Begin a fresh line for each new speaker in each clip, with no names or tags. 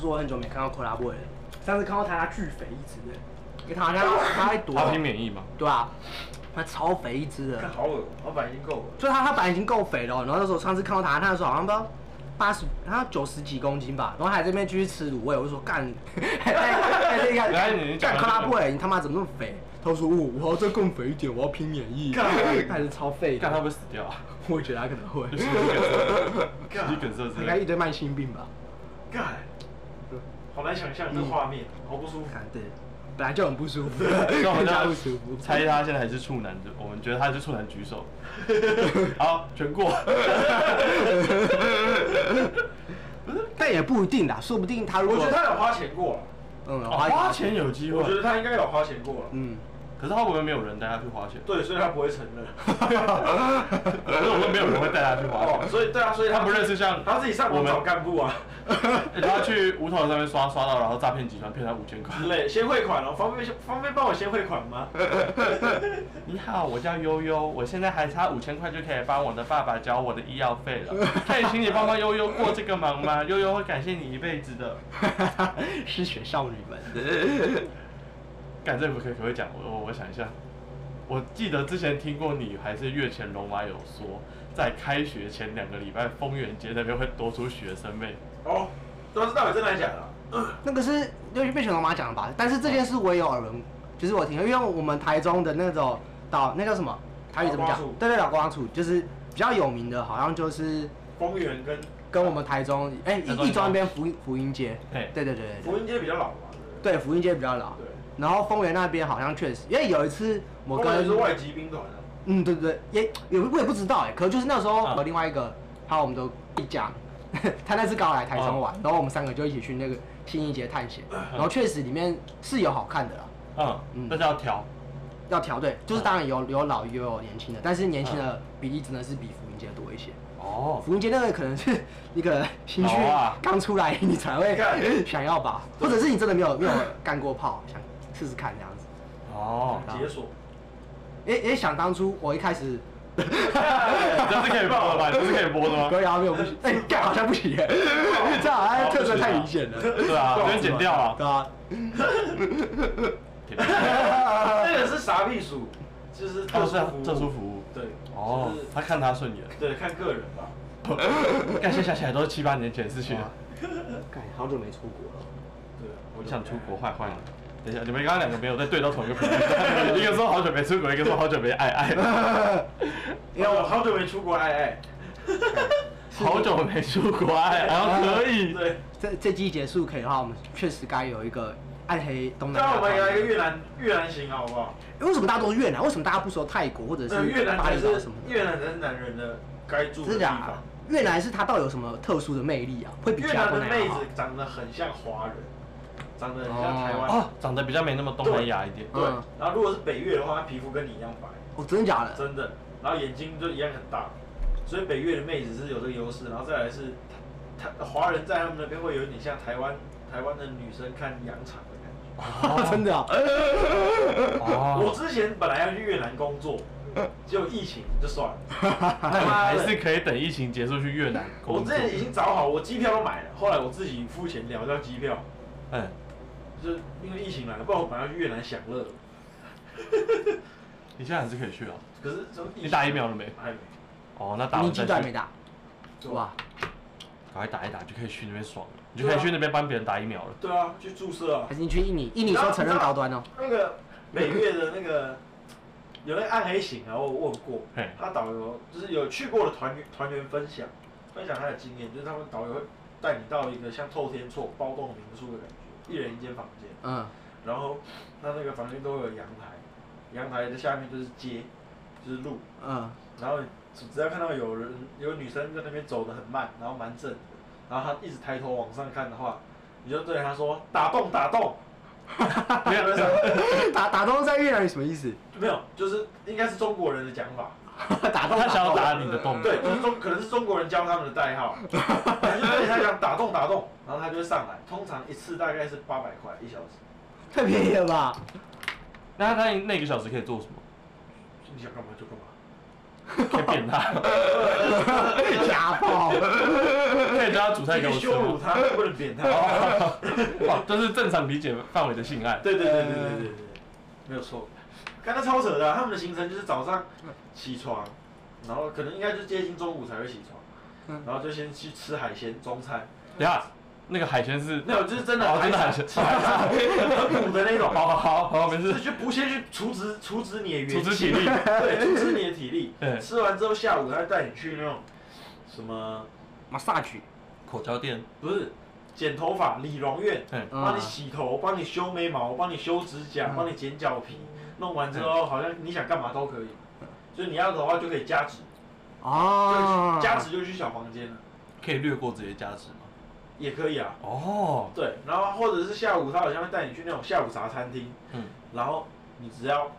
说很久没看到克拉布了，上次看到他他巨肥一只的，因为他好 像他会躲
他，拼免疫嘛，
对啊，他超肥一只的
看，好恶，老板已经够了。
就他他本来已经够肥了，然后那时候上次看到他，他那时候好像不知道。八十，他九十几公斤吧，然后还在那边继续吃卤味，我就说干， 哎哎这个
来你讲
干克拉布尔，你他妈怎么那么肥？他说哦，我要再更肥一点，我要拼免 疫，
干
他还是超废
看他
的，
会不会死掉 啊？
我觉得他可能 会，
心肌梗塞，心肌梗塞之
应该一
类的。
堆慢性病吧。
干，好难想象这画面，好不舒服。
看，对，本来就很不舒服，
那 我们
更加不
就
舒服。
猜他现在还是处男的，我们觉得他是处男举 手。好，全过。
但也不一定啦，说不定他如
我
果
觉得他有花哦钱过了，
嗯
哦花钱有机
我觉
会
得，他应该有花钱过了。
嗯，
可是他会不会没有人带他去花 钱？
对，所以他不会承认。
可是我说没有人会带他去花
哦，
钱，
所以对啊，所以
他不认识像
他自己上
我
网
们
找干部啊
欸他去无头上面刷刷到，然后诈骗集团骗他五千块。
之类，先汇款哦，方便方便帮我先汇款吗？
你好，我叫悠悠，我现在还差五千块就可以帮我的爸爸交我的医药费了。可以请你帮帮悠悠过这个忙吗？悠悠会感谢你一辈子的。
失血少女们
干这不可以可不可以讲？我我我想一下，我记得之前听过你还是月前龙马有说，在开学前两个礼拜，丰原街那边会多出学生妹。
哦，都是到底真的还是假的啊？
那个是因为被小龙妈讲的吧？但是这件事我也有耳
哦
闻，就是我听，因为我们台中的那种岛，那叫什么台语怎么讲
老瓜厝？
对对，老光处就是比较有名的，好像就是
丰原跟
跟我们台中哎
台中
一一中那边福福音街，
嘿
对对对对对
福音街比较老嘛。
对福音街比较老
对，
然后丰原那边好像确实，因为有一次我
我
跟
跟是外籍兵团啊，
嗯，对对对，也也我也不知道哎，可能就是那时候
嗯
和另外一个，还有我们的一讲， 他那次刚好来台中玩，
哦
然后我们三个就一起去那个新一节探险，然后确实里面是有好看的啦，
嗯
嗯，
那叫调。
要调对，就是当然有有老也有年轻的，但是年轻
嗯
的比例真的是比福音街多一些。
哦，
福音街那个可能是你可能情绪
老啊
刚出来，你才会
干
想要吧，或者是你真的没有没有干过炮，想试试看这样子。
哦，
解锁。
也也想当初我一开始
哦这是可以播的吧？这是可以播的吗？
可以啊，没有不行，哎、干好像不行耶， 这好像特征太明显了。
对啊，这边剪掉啊。
对啊，
剪掉
那个是啥避暑？就是特
哦，
殊
是啊
服务，
特殊服务。
对，
哦，他看他顺眼，
对，看个人吧。
感谢想起来都是七八年前的事情了。啊
干好久没出国了。
对，
我想出国坏坏了。等一下，你们刚刚两个没有在对到同一个频率，一 个说好久没出国，一个说好久没爱爱，
因为我好久没出国，哎哎，
好久没出国爱，然后可以。
对。
这这季结束可以的话，我们确实该有一个暗黑东南亚团。
那啊我们来一个越南越南行好不好？
哎为什么大家都是越南？为什么大家不说泰国或者
那
是
呃越南
巴
才
厘岛
是
什么的？
越南才是男人的该
真
住的
的
地
假
方
的。？越南是它到底有什么特殊的魅力啊？会比
越
其他
南
东
的
南
妹
亚
子
好？
长得很像华人，长得很像台湾。
哦，长得比较没那么东南亚一点。
对
嗯，
然后如果是北越的话，她皮肤跟你一样白，
哦，真的假的？
真的，然后眼睛就一样很大，所以北越的妹子是有这个优势。然后再来是，台华人在他们那边会有点像台湾台湾的女生看洋场的感 觉。
真的啊？
我
哦，
之前本来要去越南工作，
嗯
结果疫情就算了。
那你还是可以等疫情结束去越南
我
工
之
作。
前已经找好，我机票都买了，后来我自己付钱聊到机票，
嗯，
就是因为疫情来了，不然我本来要去越南享乐，
你现在还是可以去啊。
可是从疫情
你打疫苗了没？
还没，
哦，那打
你
完
鸡蛋没
再去，
打？哇，
赶快打一打就可以去那边爽了，你就可以去那边帮别人打疫苗了。
对啊，去注射啊
还。是你去印尼？印尼说承认高端哦。
那个北越的那个有那个暗黑型啊，我我问过
嘿，
他导游就是有去过的团员团员分享分享他的经验，就是他们导游会带你到一个像透天厝包栋民宿的感觉，一人一间房间，
嗯，
然后他那个房间都会有阳台，阳台的下面就是街，就是路，
嗯，
然后只只要看到有人有女生在那边走得很慢，然后蛮正的，然后她一直抬头往上看的话，你就对她说打动打动，没有没有。
打打东在越南有什么意思？
没有，就是应该是中国人的讲法，
打动
他想要
打
打你的洞。
对，就是中可能是中国人教他们的代 号，就是他讲打洞打洞，然后他就会上来，通常一次大概是八百块一小时，
洞太便宜了吧？
那他那个小时可以做什么？
你想干嘛就干嘛，
可以扁他，
家暴，
可以叫他煮菜给
去
我吃
羞辱
吗。
他，不能扁他。
哇，这是正常理解范围的性爱。
对对对对对对对，没有错。刚刚超扯的啊、他们的行程就是早上起床，然后可能应该就接近中午才会起床
嗯，
然后就先去吃海鲜中餐，
等一下，那个海鲜是
那种就是真的
哦真的海鲜
吃海产，很补的那种，
好好好好，没
就
事
是，去不先去除脂除脂你的元
组织体
气，
力。
对，除脂你的体力。
对，
吃完之后下午他会带你去那种什么
马萨举，
口交店，
不是剪头发理容院，
嗯，
嗯
帮你洗头，帮你修眉毛，帮你修指甲，
嗯
帮你剪脚皮，弄完之后好像你想干嘛都可以，所以你要的话就可以加值，
哦嗯
就，加值就去小房间了，
可以略过直接加值吗？
也可以啊。
哦，
对，然后或者是下午他好像会带你去那种下午茶餐厅，
嗯，
然后你只要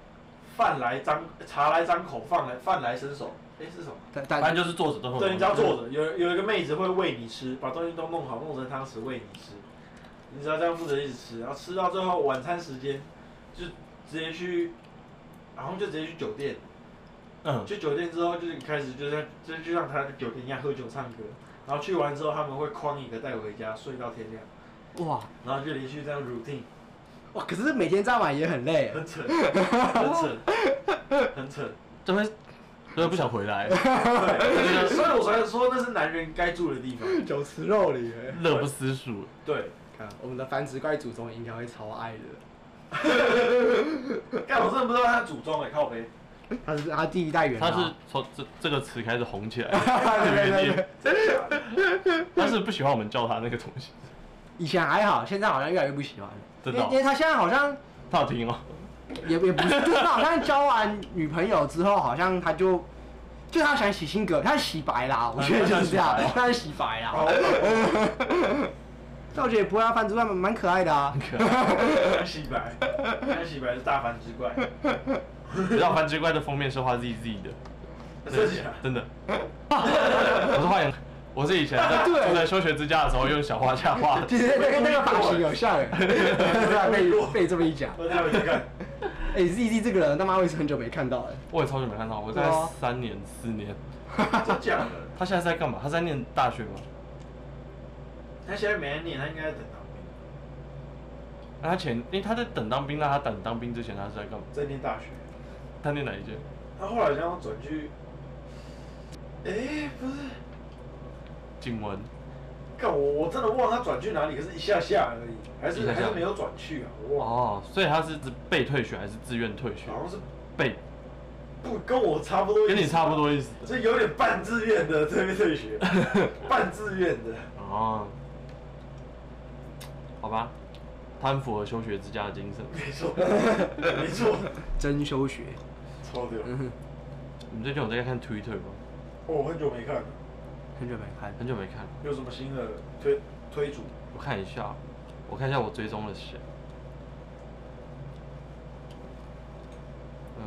饭来张茶来张口，饭来饭来伸手，哎是什么？
但
反
但
正就是坐着都会。
对，你只要坐着，有有一个妹子会喂你吃，把东西都弄好，弄成汤匙喂你吃。你只要这样负责一直吃，然后吃到最后晚餐时间，就直接去，然后就直接去酒店。
嗯，
去酒店之后，就是你开始就像就就像他在酒店一样喝酒唱歌，然后去完之后他们会框一个带回家睡到天亮，
哇
然后就连续这样 routine，
哇，可是每天这样玩也很累，
很扯，很扯，很扯。
就会就会不想回 来，
对，所以我才说那是男人该住的地方。
酒池肉林哎。
乐不思蜀。
对，
我们的繁殖怪祖宗应该会超爱的，
干我真的不知道他祖宗哎、靠背。
他是他第一代元
它
老，
是从这这个词开始红起来 的原因，他是不喜欢我们叫他那个东西，
以前还好，现在好像越来越不喜欢了，
真
因为
的哦
因为他现在好像
他有 听哦。
也也不是，就是他好像交完女朋友之后，好像他就就他想洗性格，他洗白啦，我觉得就是这样
他洗白，
他是洗白啦。
好，
但我觉得不会啊，繁殖怪蛮蛮可爱的啊。
洗白，洗白是大凡之 怪，
你知道繁殖怪的封面是画 ZZ 的，
真假？
真的。我是画眼，我是以前在
对
住在休学之家的时候用小画架画的。
其实那个那个发型有像 欸，突然被被这么一讲，
我带回去看，
哎，Z Z 这个人他妈我也是很久没看到了，
我也超久没看到，我大概
对啊
三年四年。
真假的？
他现在在干嘛？他在念大学吗？
他现在没人念，他应该在等当兵，
那他前，因为他在等当兵，那他等当兵之前他是在干嘛？
在念大学。
他念哪一届？
他后来好像要转去，哎、不是，
景文。
看我我真的忘了他转去哪里，可是一下下而已，还是
一下下
还是没有转去啊，我忘了，
哦，所以他是被退学还是自愿退学？
好像是
被，
不跟我差不多，
跟你差不，多意思。
这有点半自愿的退退学，半自愿的，
哦，好吧，贪符合休学之家的精神。
没错，没错，
真休学。
超屌。
嗯哼，
你最近有在看 Twitter 吗？
我哦很久没看了，
很久没看。
很久没看，
有什么新的推推主？
我看一下，啊我看一下我追踪了谁。呃，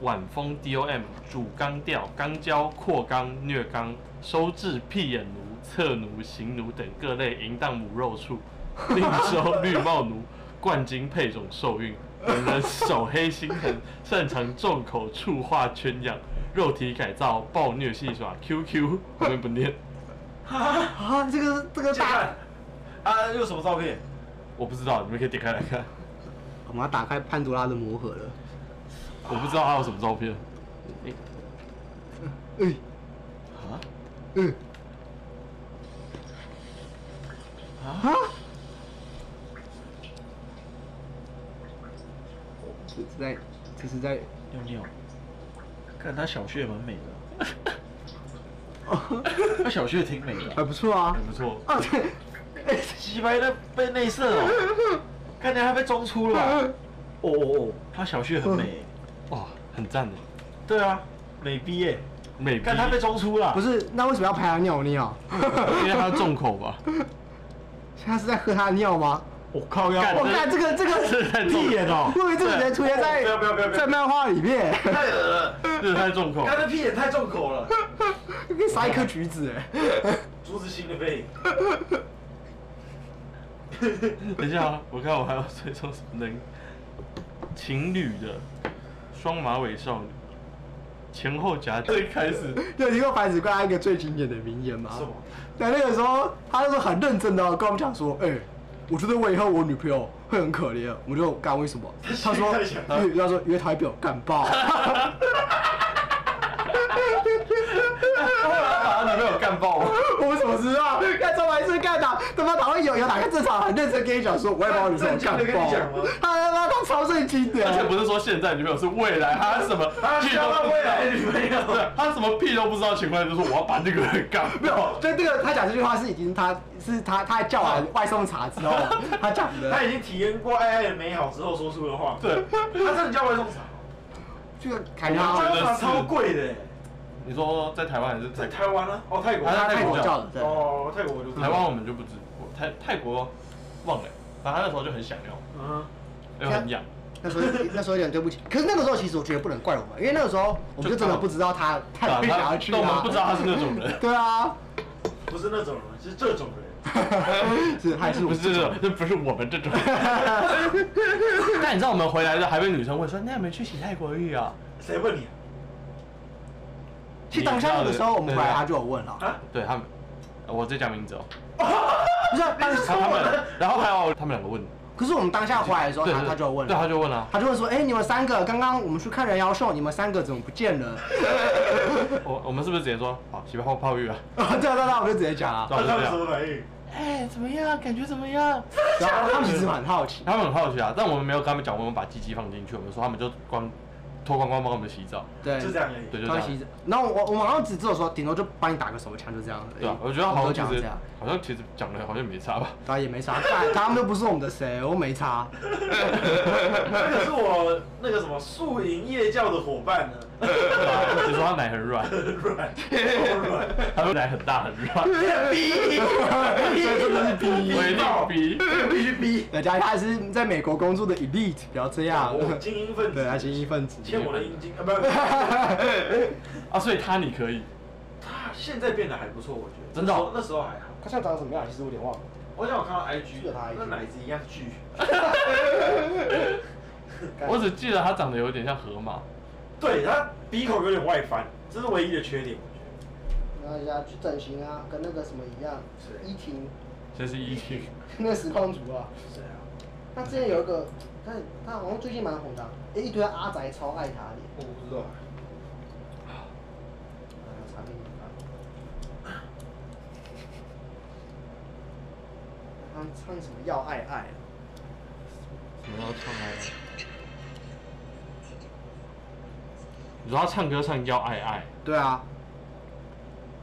晚风 DOM 主刚调、刚交、扩刚、虐刚、收治、屁眼奴、侧奴、行奴等各类淫荡母肉畜，另收绿帽奴、冠军配种受孕，本人手黑心狠，擅长重口触化圈养、肉体改造、暴虐戏耍、QQ，我们不念，
啊，这个这个
这
大
看，啊，有什么照 片？
我不知道，你们可以点开来看。
我们要打开潘多拉的魔盒了。
我不知道他有什么照片。
哎，
啊？
嗯，啊？这是在，这是 在，
尿尿。看他小穴蛮美 的，他小穴挺美的。
还不错啊
很。不错。
啊，对，哎
洗白的被内射哦，看见他被中出了
啊
吧。哦哦哦，他小穴很美。
哇，很赞的，
对啊，美逼耶！
美逼。
看他被中出了。
不，是，那为什么要拍他尿尿？
因为他重口 吧？
现在是在喝他的尿吗？
我靠要
干
我看这个这
这是在
个
屁眼哦
我以为这个人出现在
不要不要不要不要
在漫画里面，
太恶了，
这太重 口。
他的屁眼太重口了，
跟撒一颗橘子哎。
竹子心的背 影。
等一下啊，我看我还要追踪什么能情侣的，双马尾少女，前后夹击开始，
对，你有白子怪他一个最经典的名言嘛？
什么？
对，那个时候他就是很认真的跟我们讲说，哎、我觉得我以后我女朋友会很可怜，我就干为什 么？他说，因为他说因为他会被我干爆。
后来把他女朋友干爆 了。
我怎么知道？看周白是干打，他妈打会有有打个正常，很认真跟你讲说，我要把我女朋友干
他很正经地跟你讲
爆
吗。
他他妈他超震惊的，
而且不是说现在女朋友是未来，他什么
他
屁
交
都
到
不
未
知
来的
道，
女朋友，
对他什么屁都不知道的情况下，就说我要把那个人干
没有
爆，。
就哦这个他讲这句话是已经他是他他叫完外送茶之 后，他讲的
他，已经体验过爱爱的美好之后说出的话。，
对，
他真的叫外送茶，
这个感觉
我
外
他
觉得
送茶超贵的，
你说在台湾还是在
在台湾啊，哦泰国，
啊
泰
泰
国
国
叫
叫
的，对，
哦泰国我就不知道
台湾，我们就不知泰泰国忘了，反正他那时候就很想要，
嗯哼，
又很痒，
那时候那时候有点对不起，可是那个时候其实我觉得不能怪我们，因为那个时候我们就真的不知道他他会
对
想要
啊
去
但我们
啊，
不，知道他是那种人
对啊，
不是那种人，是这种人，
是还是我
不
们
是这种，那不是我们这种。但你知道我们回来的还被女生问说，那有没有去洗泰国浴啊？
谁问你啊？
其实当下那个时候我们回来他就有问了，
啊？
对他们，呃我直接讲名字哦，
不是啊当时
他啊他们，然后还有他们两个问，
可是我们当下回来的时候
对
他
对
他就有问
对，
了
他。就问了，
他就会说：“哎、你们三个刚刚我们去看人妖秀，你们三个怎么不见了？”
我我们是不是直接说好洗泡泡浴啊？
啊，对啊对啊，我就直接讲啊。
那
那
我就
他
这
们什
样。
么反应？
哎，怎么样？感觉怎么样？
然后他们其实蛮好奇，
他们很好奇啊，但我们没有跟他们讲，我们把鸡鸡放进去，我们说他们就光脱光光帮我们洗澡。
哎对，
就这样而已。
对，就这
关
样
系。然后我我马上只只有说，顶多就帮你打个手枪，就这样而已。
对啊，我觉得
哎我
好
们都
像
讲
其
这
实
样，
好像其实讲的好像没差吧。
当然也没啥，干他们又不是我们的谁，我没差。
那个是我那个什么宿营夜教的伙伴呢，
对啊只说他奶 很软，
软，超软，
他们奶很大很软，
真的啊是逼
我一定比
必须逼。
人家他是在美国工作的 elite，不要这样。
我 精英分子，
对，他精英分子。
欠我的阴茎啊，不不，
啊，所以他你可以，
他现在变得还不错，我觉得。
真的哦
那时候那时候还好。
他现在长得什么样？其实我有点忘了。
我想我看到
是
IG，
他 IG
那奶子一样巨，
我只记得他长得有点像河马，
对他鼻孔有点外翻，这是唯一的缺点，我觉得。
然后人家去整形啊，跟那个什么一样
是
依婷，
这是一挺，
那实况主啊。
谁啊？
他之前有一个，他他好像最近蛮红的啊、一堆阿宅超爱他的。
我不知道。
啊查给你看他唱什么要爱爱啊、
什么要唱来着？你说他唱歌唱要爱爱，
对啊。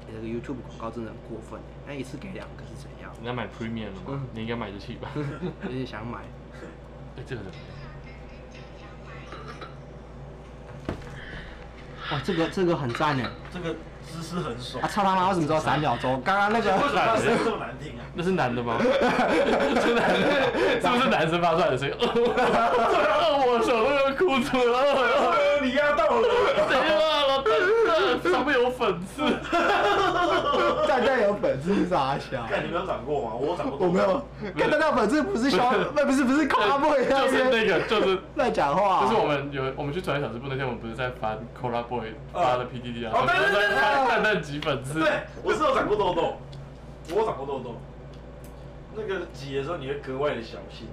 你这个 YouTube 广告真的很过分欸，那一次给两个是怎样？
你要买 premium 了吗
嗯？
你应该买得起 吧？
有点想买。
哎，这个人，
哇，这个这个很赞哎！
这个姿势很 爽
啊，。操他妈！我怎么知道三秒钟？刚刚那
为什么
个，
他的声音这么难听啊？
那是男的吗？是男的，是不是男生发出来的声音？我手都要哭出来了。
你压到了，
谁啊，老邓邓上面有粉刺，
站在有粉丝傻笑。
看你没有长过吗？我长过。
我没有，看到那粉丝不是肖，不不是不是夸不会那
就是那
边
个，就是。
乱讲话。啊
就是我们有我们去传小吃部那天，我们不是在翻 Cola Boy 发的 PDD 啊，
哦对对对对
在翻蛋蛋级粉刺，
对，我是有长过痘痘，我有长过痘痘。那个挤的时候你会格外的小心，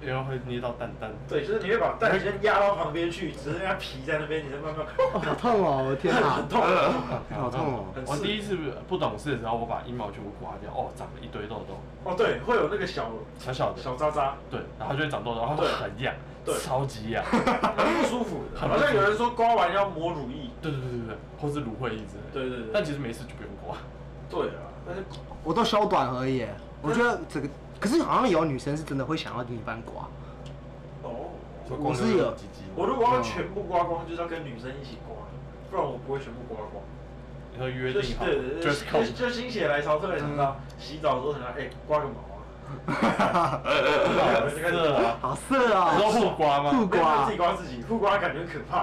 然后会捏到蛋蛋。
对，就是你会把蛋先压到旁边去，只剩下皮在那边，你再慢慢，
哦好痛哦！我的 天哪
很，痛。
好痛哦！
很
我
刺
第一次不懂事的时候，我把阴毛全部刮掉，哦，长了一堆痘痘，
哦，对，会有那个小
小小的，
小 渣渣，
对，然后就会长痘痘，然后
对
很痒，
对
超级痒，
很不舒服的。
很
好
不舒服
像有人说刮完要抹乳液，
对对对对对，或是芦荟一之类的。
对对对
但其实没事就不用刮。
对啊，但是
我都修短而已耶。我觉得这个，可是好像有女生是真的会想要另一半 刮。
哦，
说
我
光
是
溜溜
有
的鸡鸡
我如果要全部刮光，就是要跟女生一起刮，不然我不会全部刮光。
然后约
就是
定好
对对对，
dress
就
code，嗯
就心血来潮，突然想到洗澡的时候想到，哎，刮个毛啊，
好色啊，
好色啊
你知！道互 刮
互
吗？
刮
不要自己刮自己，不刮感觉很可 怕。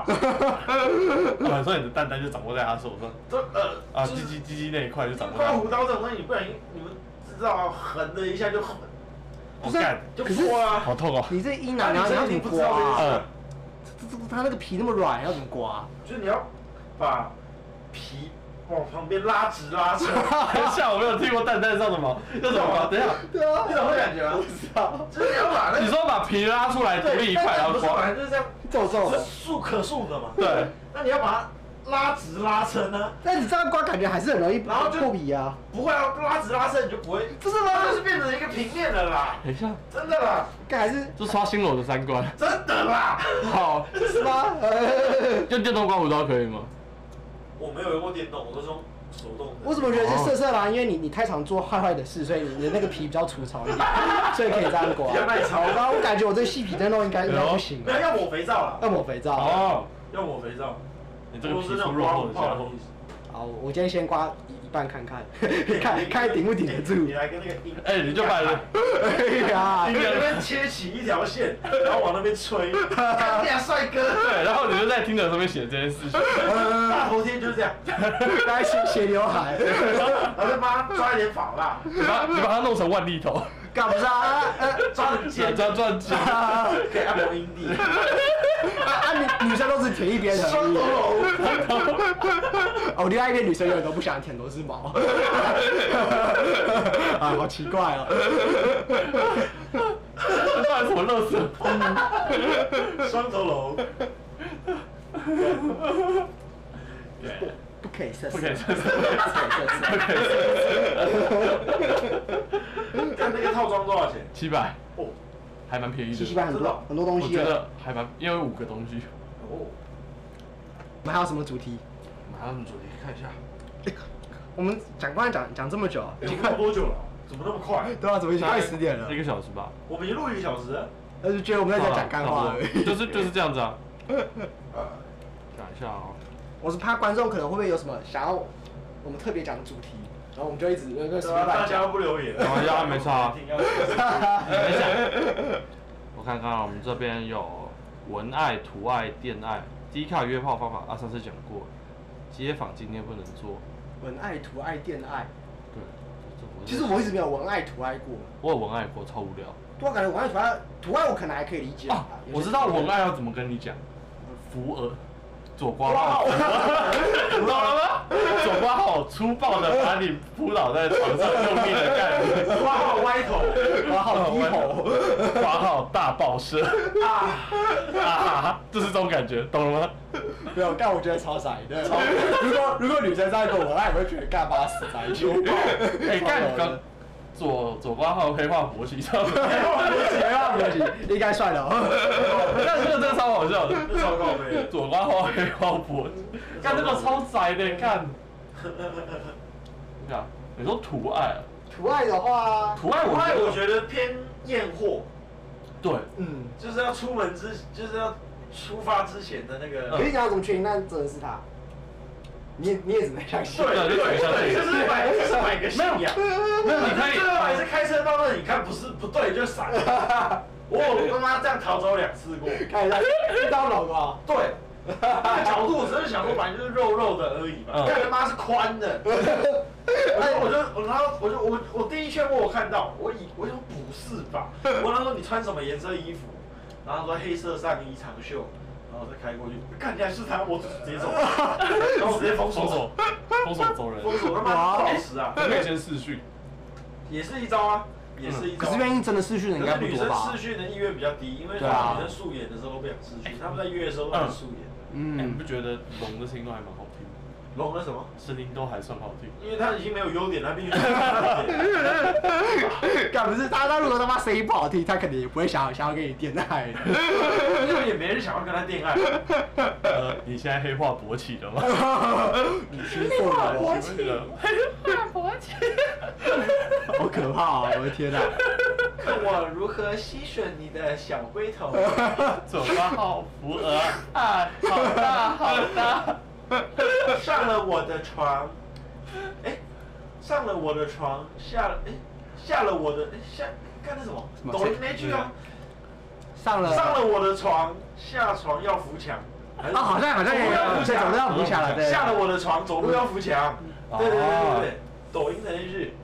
啊所以你的蛋蛋就掌握在他手上
这呃
啊，
就
鸡
是
鸡鸡鸡那一块就
这
掌握在
刮
他
胡刀这种东西，你不小心你们知道啊，横的一下就
不
我
是啊
干，
就
可是
破啊。
好痛哦。
你这一男，
那
你要
女生
要
一
怎
定
么
不知道
刮
这件
啊？
事
嗯，
它那个皮那么软，要怎么刮？
就是你要把皮往旁边拉直拉 扯，
等一下，我没有剃过蛋蛋上的毛，要怎么刮？等一下，
对啊
你懂那感觉吗
我知道，
就是你要把那
你
个
说把皮拉出来独立一块，然
但
后
不是
刮哦
本来，就是这样，
皱皱
就是
的。
竖可竖的嘛。
对，
那你要把它拉直拉伸呢？
但你这样刮，感觉还是很容易
然后就
破皮啊。
不会啊，拉直拉伸你就不会，
不是吗
它就是变成一个平面的啦，
等一下，
真的啦，
干还 是
这刷新了我的三观。
真的啦。
好，
是吗？
用电动刮胡刀可以吗？
我没有用过电动，我都是用手动的。
我怎么觉得
哦
是色色狼？因为你你太常做坏坏的事，所以你的那个皮比较粗糙一 点，所以可以这样刮。
比较耐操
然后我感觉我这细皮灯笼应该应该不行
没，有要抹肥皂啦，
要抹肥皂。
哦，
要抹肥皂。
你这个
我
皮
是那
粗
种
肉
刮
厚
胡
的家
泡的
伙
意。思。
好，我今天先刮一半看看，看看顶不顶得住
你。来跟那个鹰，
哎，你就把你的
哎呀
你，在那边切起一条线， 然后往那边吹，干你啊，帅哥！
对，然后你就在听者上面写这件事情。
嗯
大头贴就是这样，
来斜斜刘海，
然后就帮他抓一点发蜡，
你把你把它弄成万利头，
干不上啊啊
抓很
假
尖，
装赚钱。
可以按摩阴蒂，
啊啊！女女生都是舔一边的，
双头龙，
哦，另外一边女生永远都不想舔，都是毛。啊，好奇怪哦。
这到底什么乐色？
双头龙。对，
不可以射，
不可以射
不可以射射。
但那个套装多少钱？
七百，
哦，
还蛮便宜的。
七七八很
真的哦
多很多东
我
西啊
觉
耶。
得还蛮，因为五个东西。
哦，
我们还有什么主题？
马上主题看一下。
我们讲刚才讲讲这么久，
哎我们录多久了？怎么那么快？
对啊，怎么已经快十点了
一？个小时吧。
我们一录一小时了，
那就觉得我们在讲讲干话而已。
就是就是这样子啊。讲一下哦。
我是怕观众可能会不会有什么想要我们特别讲的主题，然后我们就一直那个随
对
便
吧？大
乱
家
讲。
不留言，
大家没差
一定要留言
等一下，我看看啊我们这边有文爱、图爱、电爱、低卡约炮方法啊，上次讲过，街访今天不能做。
文爱、图爱、电爱，
对，这这
其实我一直没有文爱、图爱过。
我有文爱过，超无聊。
对啊，感觉文爱、图爱、图爱我可能还可以理解
啊
吧。有些
我知道文爱要怎么跟你讲，扶额，左刮
哇
号，懂了吗？左刮号粗暴的把你扑倒在床上，用力的干你，
哇，好歪头
哇，好低头。
刮号大爆射，
啊！
啊，就是这种感觉，懂了吗？
没有，但我觉得超傻的。超，如果如果女生这样跟我，那也会觉得干巴死宅去。
哎，
哎
干刚左左刮号黑化勃起，知 道吗？
没办法，没关系，应该算了。
但是这个超好笑的，
这超靠背的
左刮号黑化勃起，干这个超宅的，干。对啊，你说图爱啊？
图爱的话，
图爱我
外 我
得
觉得偏验货，
对，
嗯，
就是要出门之，就是要出发之前的那
我
个。
跟你讲怎么确定，那真的是他，你也你也只能相信。
对对
就是买，就是买个信仰。
没有你可以
最后还是开车到那里看，不是不对就 闪。哦我有他妈这样逃走两次过。
看一下，你当老公啊？
对，那个角度我真的想说，反正就是肉肉的而已嘛
嗯。
看他妈是 宽的。哎，我就我然后我就我我第一圈我有看到，我以我想说不是吧？我那时候你穿什么颜色衣服？然后他说黑色上衣长袖，然后我再开过去，看起来是他，我直接 走，然后我直接封
封
锁
锁，，封锁走人，
封锁他妈
哇
暴食啊，
可以先试训，
也是一招啊，也是一招
嗯可。是愿意真的失去的应
可
该
是
不
女
多
生
吧
试？训的意愿比较低，因为女
对啊哎
生素颜的时候都不想试训，他们在约的时候都很素颜
哎
的。
你
嗯
不，觉得龙的声音都还蛮好听嗯的，
聋了什么？
声音都还算好听。
因为他已经没有优点了，他必 须对
干不是他，他如果他妈声音不好听，他肯定也不会想想要跟你恋爱。
因为也没人想要跟他恋爱。
呃，你现在黑化勃起了 吗？
你去做了，
勃起了，
好可怕啊！我的天哪！
看我如何吸吮你的小龟 头。
左巴好扶额啊，好大好大。
上了我的床，哎，上了我的床，下了哎，下了我的哎下干那什么？
什么
抖音那句啊，
上了
上了我的床，下床要扶墙。还是
啊，好像好像也有这种都要补一下了，对。嗯哦
下了我的床，走路要扶墙。对对对对对，抖音的那句，